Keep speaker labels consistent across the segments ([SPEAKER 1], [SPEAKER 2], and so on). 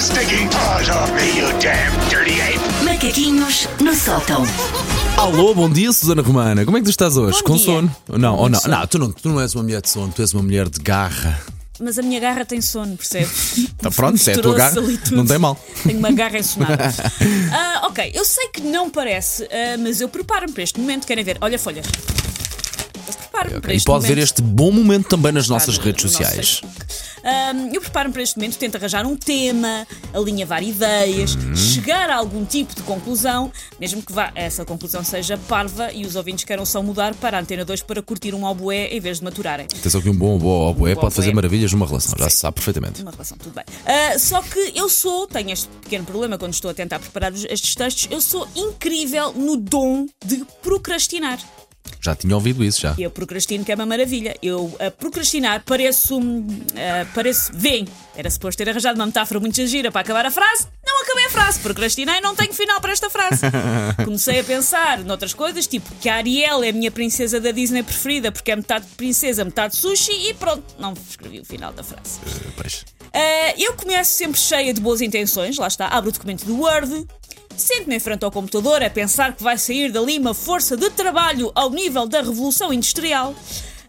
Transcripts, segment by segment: [SPEAKER 1] stinking paws off me, you damn dirty ape!
[SPEAKER 2] Macaquinhos no sótão.
[SPEAKER 3] Alô, bom dia, Susana Romana. Como é que tu estás hoje?
[SPEAKER 4] Bom
[SPEAKER 3] Com
[SPEAKER 4] dia.
[SPEAKER 3] sono? Não, ou não, não, tu não, tu não és uma mulher de sono, tu és uma mulher de garra.
[SPEAKER 4] Mas a minha garra tem sono, percebes?
[SPEAKER 3] Tá pronto, se é a tua
[SPEAKER 4] Misturou-se
[SPEAKER 3] garra,
[SPEAKER 4] ali tudo.
[SPEAKER 3] não tem mal.
[SPEAKER 4] Tenho uma garra ensonada. Ah, ok, eu sei que não parece, ah, mas eu preparo-me para este momento. Querem ver? Olha folhas. Eu preparo-me para
[SPEAKER 3] E
[SPEAKER 4] este
[SPEAKER 3] pode
[SPEAKER 4] momento. Ah,
[SPEAKER 3] ver este bom momento também nas nossas
[SPEAKER 4] no
[SPEAKER 3] redes
[SPEAKER 4] nosso
[SPEAKER 3] sociais.
[SPEAKER 4] Facebook. Ahm, Ah, eu preparo-me para este momento, tento arranjar um tema, alinhavar ideias,
[SPEAKER 3] Uhum.
[SPEAKER 4] chegar a algum tipo de conclusão, mesmo que vá, essa conclusão seja parva e os ouvintes queiram só mudar para a Antena 2 para curtir um alboé em vez de maturarem.
[SPEAKER 3] Atenção que um bom oboé
[SPEAKER 4] bom
[SPEAKER 3] pode fazer
[SPEAKER 4] oboé.
[SPEAKER 3] maravilhas numa relação, já se sabe perfeitamente.
[SPEAKER 4] Uma relação, tudo bem. Ah, só que eu sou, tenho este pequeno problema quando estou a tentar preparar os- estes textos, eu sou incrível no dom de procrastinar.
[SPEAKER 3] Já tinha ouvido isso, já.
[SPEAKER 4] Eu procrastino, que é uma maravilha. Eu a procrastinar pareço. hum, ah, pareço. Vem! Era suposto ter arranjado uma metáfora muito gira para acabar a frase. Não acabei a frase. Procrastinei, não tenho final para esta frase. Comecei a pensar noutras coisas, tipo que a Ariel é a minha princesa da Disney preferida, porque é metade princesa, metade sushi, e pronto, não escrevi o final da frase.
[SPEAKER 3] Eh, Pois.
[SPEAKER 4] Ah, eu começo sempre cheia de boas intenções, lá está, abro o documento do Word, sento-me em frente ao computador a pensar que vai sair dali uma força de trabalho ao nível da Revolução Industrial.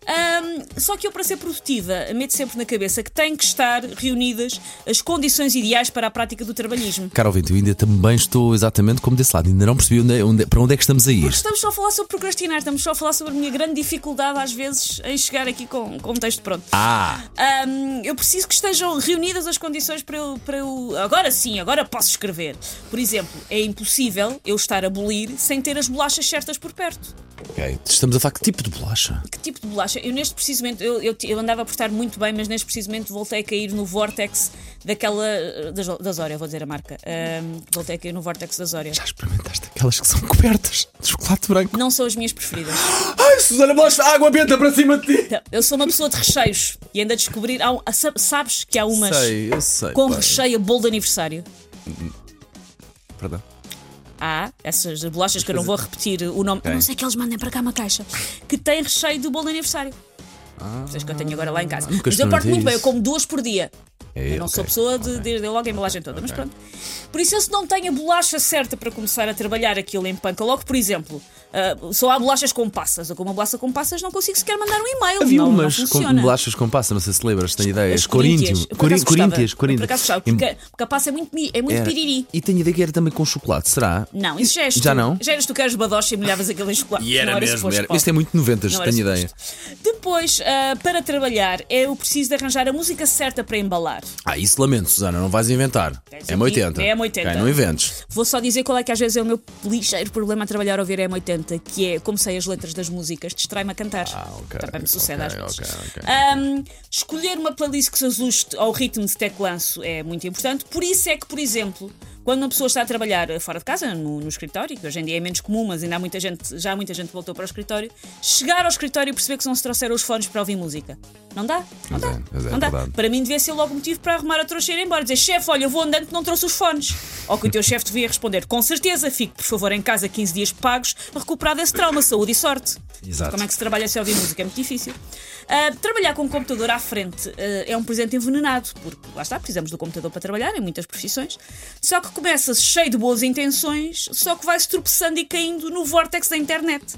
[SPEAKER 4] Ahm, só que eu, para ser produtiva, meto sempre na cabeça que têm que estar reunidas as condições ideais para a prática do trabalhismo.
[SPEAKER 3] Cara ouvinte, eu ainda também estou exatamente como desse lado, ainda não percebi onde é- onde é- para onde é que estamos a ir.
[SPEAKER 4] Estamos só a falar sobre procrastinar, estamos só a falar sobre a minha grande dificuldade, às vezes, em chegar aqui com, com um texto pronto.
[SPEAKER 3] Ah,
[SPEAKER 4] Ahm, eu preciso que estejam reunidas as condições para eu, para eu. Agora sim, agora posso escrever. Por exemplo, é impossível eu estar a bolir sem ter as bolachas certas por perto.
[SPEAKER 3] ok. Estamos a falar que tipo de bolacha?
[SPEAKER 4] Que tipo de bolacha? Eu neste precisamente, eu, eu, ti- eu andava a portar muito bem, mas neste precisamente voltei a cair no vortex daquela. eh, das, das Oreo, vou dizer a marca. Ahm, voltei a cair no vortex das Oreo.
[SPEAKER 3] Já experimentaste aquelas que são cobertas de chocolate branco?
[SPEAKER 4] Não são as minhas preferidas.
[SPEAKER 3] Ai, Susana, bolacha, água benta para cima de ti!
[SPEAKER 4] Então, eu sou uma pessoa de recheios e ainda descobrir. Há, um- há- sa- sabes que há umas
[SPEAKER 3] Sei, eu sei.
[SPEAKER 4] com
[SPEAKER 3] pá.
[SPEAKER 4] recheio a bolo de aniversário?
[SPEAKER 3] Perdão.
[SPEAKER 4] há essas bolachas que eu não vou repetir o nome, a não sei que eles mandem para cá uma caixa, que tem recheio do bolo de aniversário. Vocês que eu tenho agora lá em casa.
[SPEAKER 3] Ah. nunca
[SPEAKER 4] Mas eu parto
[SPEAKER 3] experimentei
[SPEAKER 4] muito bem, eu
[SPEAKER 3] isso.
[SPEAKER 4] como duas por dia.
[SPEAKER 3] É,
[SPEAKER 4] eu não sou
[SPEAKER 3] ok,
[SPEAKER 4] pessoa de, de- de logo a embalagem toda, mas pronto. Por isso, eu se não tenho a bolacha certa para começar a trabalhar aquilo em panca, logo, por exemplo, ah, só há bolachas com passas. Eu com uma bolacha com passas não consigo sequer mandar um e-mail.
[SPEAKER 3] Havia
[SPEAKER 4] não,
[SPEAKER 3] umas
[SPEAKER 4] não
[SPEAKER 3] com
[SPEAKER 4] funciona.
[SPEAKER 3] bolachas é, com passa, não sei se lembras, tem ideias.
[SPEAKER 4] As coríntias.
[SPEAKER 3] Coríntio.
[SPEAKER 4] Eu por
[SPEAKER 3] Corin-
[SPEAKER 4] acaso gostava.
[SPEAKER 3] Coríntias,
[SPEAKER 4] Eu Por acaso
[SPEAKER 3] Coríntias.
[SPEAKER 4] gostava, porque, porque a passa é muito, mi- é muito
[SPEAKER 3] Era-
[SPEAKER 4] piriri.
[SPEAKER 3] E tenho ideia que era também com chocolate, será?
[SPEAKER 4] Não, isso já és
[SPEAKER 3] Já
[SPEAKER 4] tu.
[SPEAKER 3] não?
[SPEAKER 4] Já eras tu que eras badocha e molhavas aquele em chocolate.
[SPEAKER 3] E era
[SPEAKER 4] não
[SPEAKER 3] mesmo,
[SPEAKER 4] suposto,
[SPEAKER 3] era.
[SPEAKER 4] Paulo.
[SPEAKER 3] Isto é muito noventas,
[SPEAKER 4] Não era
[SPEAKER 3] tenho
[SPEAKER 4] suposto.
[SPEAKER 3] ideia.
[SPEAKER 4] Depois, ah, para trabalhar, eu preciso de arranjar a música certa para embalar.
[SPEAKER 3] Ah, isso lamento, Susana, não vais inventar.
[SPEAKER 4] Tens
[SPEAKER 3] É uma
[SPEAKER 4] aqui-
[SPEAKER 3] 80.
[SPEAKER 4] é uma 80.
[SPEAKER 3] Ok, não inventes.
[SPEAKER 4] Vou só dizer qual é que às vezes é o meu lixeiro problema a trabalhar a ouvir a M80, que é como sei as letras das músicas, distrai-me a cantar.
[SPEAKER 3] Ah, ok,
[SPEAKER 4] Também me sucede
[SPEAKER 3] ok,
[SPEAKER 4] às vezes.
[SPEAKER 3] ok, ok.
[SPEAKER 4] Ahm, escolher uma playlist que se ajuste ao ritmo de teclanço é muito importante, por isso é que, por exemplo, quando uma pessoa está a trabalhar fora de casa, no, no escritório, que hoje em dia é menos comum, mas ainda há muita gente, já há muita gente que voltou para o escritório, chegar ao escritório e perceber que não se trouxeram os fones para ouvir música. Não dá? Não
[SPEAKER 3] Mas
[SPEAKER 4] dá.
[SPEAKER 3] é, mas é
[SPEAKER 4] não dá.
[SPEAKER 3] verdade.
[SPEAKER 4] Para mim devia ser logo o motivo para arrumar a trouxa e ir embora. Dizer, chefe, olha, eu vou andando que não trouxe os fones. Ou que o teu chefe devia responder, com certeza, fique, por favor, em casa 15 dias pagos, a recuperar desse trauma, saúde e sorte.
[SPEAKER 3] Exato.
[SPEAKER 4] Como é que se trabalha se ouvir música? É muito difícil. Ah, trabalhar com o computador à frente ah, é um presente envenenado, porque lá está, precisamos do computador para trabalhar em muitas profissões. Só que começa-se cheio de boas intenções, só que vai-se tropeçando e caindo no vórtex da internet.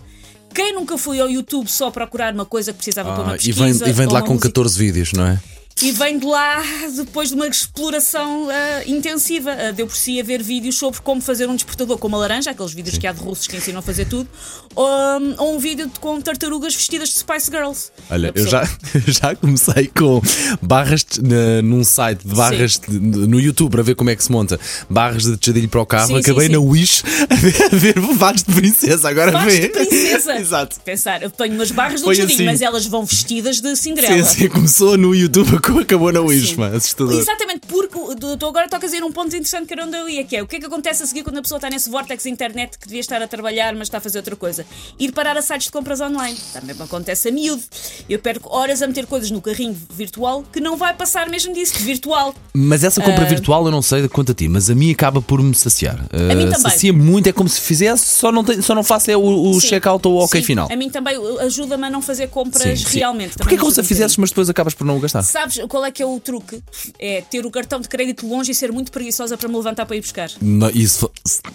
[SPEAKER 4] Quem nunca foi ao YouTube só procurar uma coisa que precisava para uma
[SPEAKER 3] Ah, e
[SPEAKER 4] pesquisa?
[SPEAKER 3] vem, e vem de
[SPEAKER 4] ou
[SPEAKER 3] lá
[SPEAKER 4] uma
[SPEAKER 3] com
[SPEAKER 4] música?
[SPEAKER 3] 14 vídeos, não é?
[SPEAKER 4] E vem de lá depois de uma exploração ah, intensiva. Ah, deu por si a ver vídeos sobre como fazer um despertador com uma laranja, aqueles vídeos que há de russos que ensinam a fazer tudo, ou, hum, ou um vídeo de- com tartarugas vestidas de Spice Girls.
[SPEAKER 3] Olha,
[SPEAKER 4] Uma
[SPEAKER 3] eu
[SPEAKER 4] pessoa-
[SPEAKER 3] já, eu já comecei com barras de- na- num site de barras de- no YouTube para ver como é que se monta barras de tejadilho para o carro.
[SPEAKER 4] Sim, sim,
[SPEAKER 3] Acabei
[SPEAKER 4] sim.
[SPEAKER 3] na Wish a ver, a ver vários de princesa. Agora
[SPEAKER 4] Faz
[SPEAKER 3] vê.
[SPEAKER 4] de princesa.
[SPEAKER 3] Exato.
[SPEAKER 4] Pensar, eu ponho umas barras no
[SPEAKER 3] Põe
[SPEAKER 4] jardim,
[SPEAKER 3] assim.
[SPEAKER 4] mas elas vão vestidas de
[SPEAKER 3] Sim,
[SPEAKER 4] Cinderela.
[SPEAKER 3] sim, começou no YouTube, acabou na Wish,
[SPEAKER 4] Sim. é.
[SPEAKER 3] mano. Assustador.
[SPEAKER 4] Exatamente, porque o- do- tu agora tocas em um ponto interessante que era onde eu ia, que é o que é que acontece a seguir quando a pessoa está nesse vórtex de internet que devia estar a trabalhar, mas está a fazer outra coisa. Ir parar a sites de compras online. Também me acontece a miúdo. Eu perco horas a meter coisas no carrinho virtual que não vai passar mesmo disso, de virtual.
[SPEAKER 3] Mas essa compra
[SPEAKER 4] Ah.
[SPEAKER 3] virtual eu não sei quanto a ti, mas a mim acaba por me saciar.
[SPEAKER 4] A mim
[SPEAKER 3] Ah,
[SPEAKER 4] também.
[SPEAKER 3] Sacia muito, é como se fizesse, só não, tem, só não faço é o, o
[SPEAKER 4] Sim.
[SPEAKER 3] check-out ou o ok
[SPEAKER 4] Sim,
[SPEAKER 3] final.
[SPEAKER 4] A mim também ajuda-me a não fazer compras
[SPEAKER 3] Sim, sim.
[SPEAKER 4] realmente.
[SPEAKER 3] Porquê
[SPEAKER 4] Também
[SPEAKER 3] que
[SPEAKER 4] ajuda
[SPEAKER 3] você
[SPEAKER 4] um
[SPEAKER 3] fizesses, mas depois acabas por não o gastar?
[SPEAKER 4] Sabes sabes qual é que é o truque? É ter o cartão de crédito longe e ser muito preguiçosa para me levantar para ir buscar.
[SPEAKER 3] Não, isso-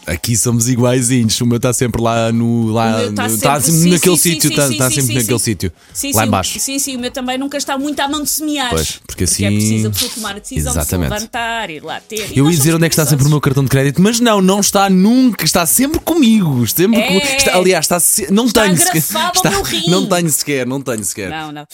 [SPEAKER 3] aqui somos iguaizinhos. O meu está sempre lá no.
[SPEAKER 4] O
[SPEAKER 3] Lá,
[SPEAKER 4] meu tá
[SPEAKER 3] no-
[SPEAKER 4] sempre-
[SPEAKER 3] tá
[SPEAKER 4] sim,
[SPEAKER 3] naquele
[SPEAKER 4] sim,
[SPEAKER 3] sítio.
[SPEAKER 4] sim,
[SPEAKER 3] Está
[SPEAKER 4] sim,
[SPEAKER 3] tá
[SPEAKER 4] sim,
[SPEAKER 3] sempre
[SPEAKER 4] sim,
[SPEAKER 3] naquele
[SPEAKER 4] sim.
[SPEAKER 3] sítio.
[SPEAKER 4] Sim,
[SPEAKER 3] Lá
[SPEAKER 4] sim,
[SPEAKER 3] embaixo.
[SPEAKER 4] Sim, sim, o meu também nunca está muito à mão de semear.
[SPEAKER 3] Pois, porque assim-
[SPEAKER 4] é preciso a pessoa tomar a decisão
[SPEAKER 3] Exatamente.
[SPEAKER 4] de se levantar, ir lá ter. E
[SPEAKER 3] Eu
[SPEAKER 4] nós
[SPEAKER 3] ia dizer
[SPEAKER 4] somos
[SPEAKER 3] onde é que está sempre o
[SPEAKER 4] preguiçosos.
[SPEAKER 3] meu cartão de crédito, mas não, não está nunca, está sempre comigo. Sempre
[SPEAKER 4] É.
[SPEAKER 3] com- está- aliás, está, se- não
[SPEAKER 4] Está
[SPEAKER 3] tenho sequer.
[SPEAKER 4] agrafado ao meu rim.
[SPEAKER 3] não tenho sequer, não tenho sequer.
[SPEAKER 4] Não, não.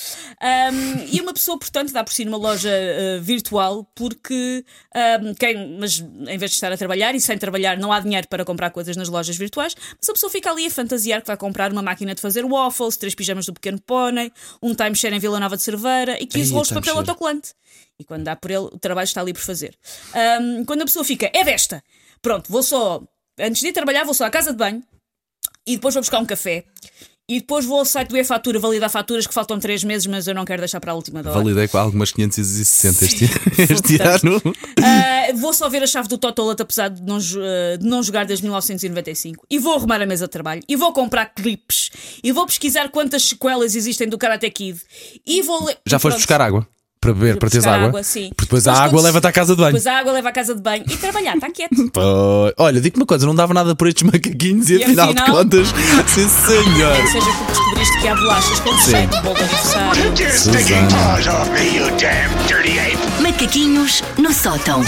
[SPEAKER 4] Ahm, e uma pessoa, portanto, dá por si numa loja ah, virtual porque ahm, quem, mas em vez de estar a trabalhar e sem trabalhar não há dinheiro para comprar coisas nas lojas virtuais, mas a pessoa fica ali a fantasiar que vai comprar uma máquina de fazer waffles, três pijamas do pequeno pônei, um timeshare em Vila Nova de Cerveira e 15
[SPEAKER 3] Ei,
[SPEAKER 4] rolos de papel
[SPEAKER 3] timeshare.
[SPEAKER 4] autocolante. E quando dá por ele, o trabalho está ali por fazer. Ahm, quando a pessoa fica, é desta, pronto, vou só, antes de ir trabalhar, vou só à casa de banho, e depois vou buscar um café. E depois vou ao site do e-fatura validar faturas que faltam 3 meses, mas eu não quero deixar para a última da hora.
[SPEAKER 3] Validei com algumas 560 este, este
[SPEAKER 4] Portanto,
[SPEAKER 3] ano.
[SPEAKER 4] Ah, vou só ver a chave do Totolot, apesar de não, jo- ah, de não jogar desde 1995. E vou arrumar a mesa de trabalho. E vou comprar clipes. E vou pesquisar quantas sequelas existem do Karate Kid. E vou ler.
[SPEAKER 3] Já foste
[SPEAKER 4] Pronto.
[SPEAKER 3] buscar água para beber, para teres
[SPEAKER 4] Buscar
[SPEAKER 3] água.
[SPEAKER 4] água, sim.
[SPEAKER 3] Porque depois a
[SPEAKER 4] Mas
[SPEAKER 3] água
[SPEAKER 4] quando-
[SPEAKER 3] leva-te à casa de banho.
[SPEAKER 4] Depois a água leva à casa de banho. E trabalhar, está quieto.
[SPEAKER 3] Pô, Olha, digo-te uma coisa, não dava nada por estes macaquinhos e,
[SPEAKER 4] E
[SPEAKER 3] afinal, de
[SPEAKER 4] afinal-
[SPEAKER 3] contas, sim senhor.
[SPEAKER 4] Seja que descobriste que há bolachas com recheio de bolo de aniversário.
[SPEAKER 1] Take your stinking paws off me, you damn dirty ape!
[SPEAKER 2] Macaquinhos no sótão.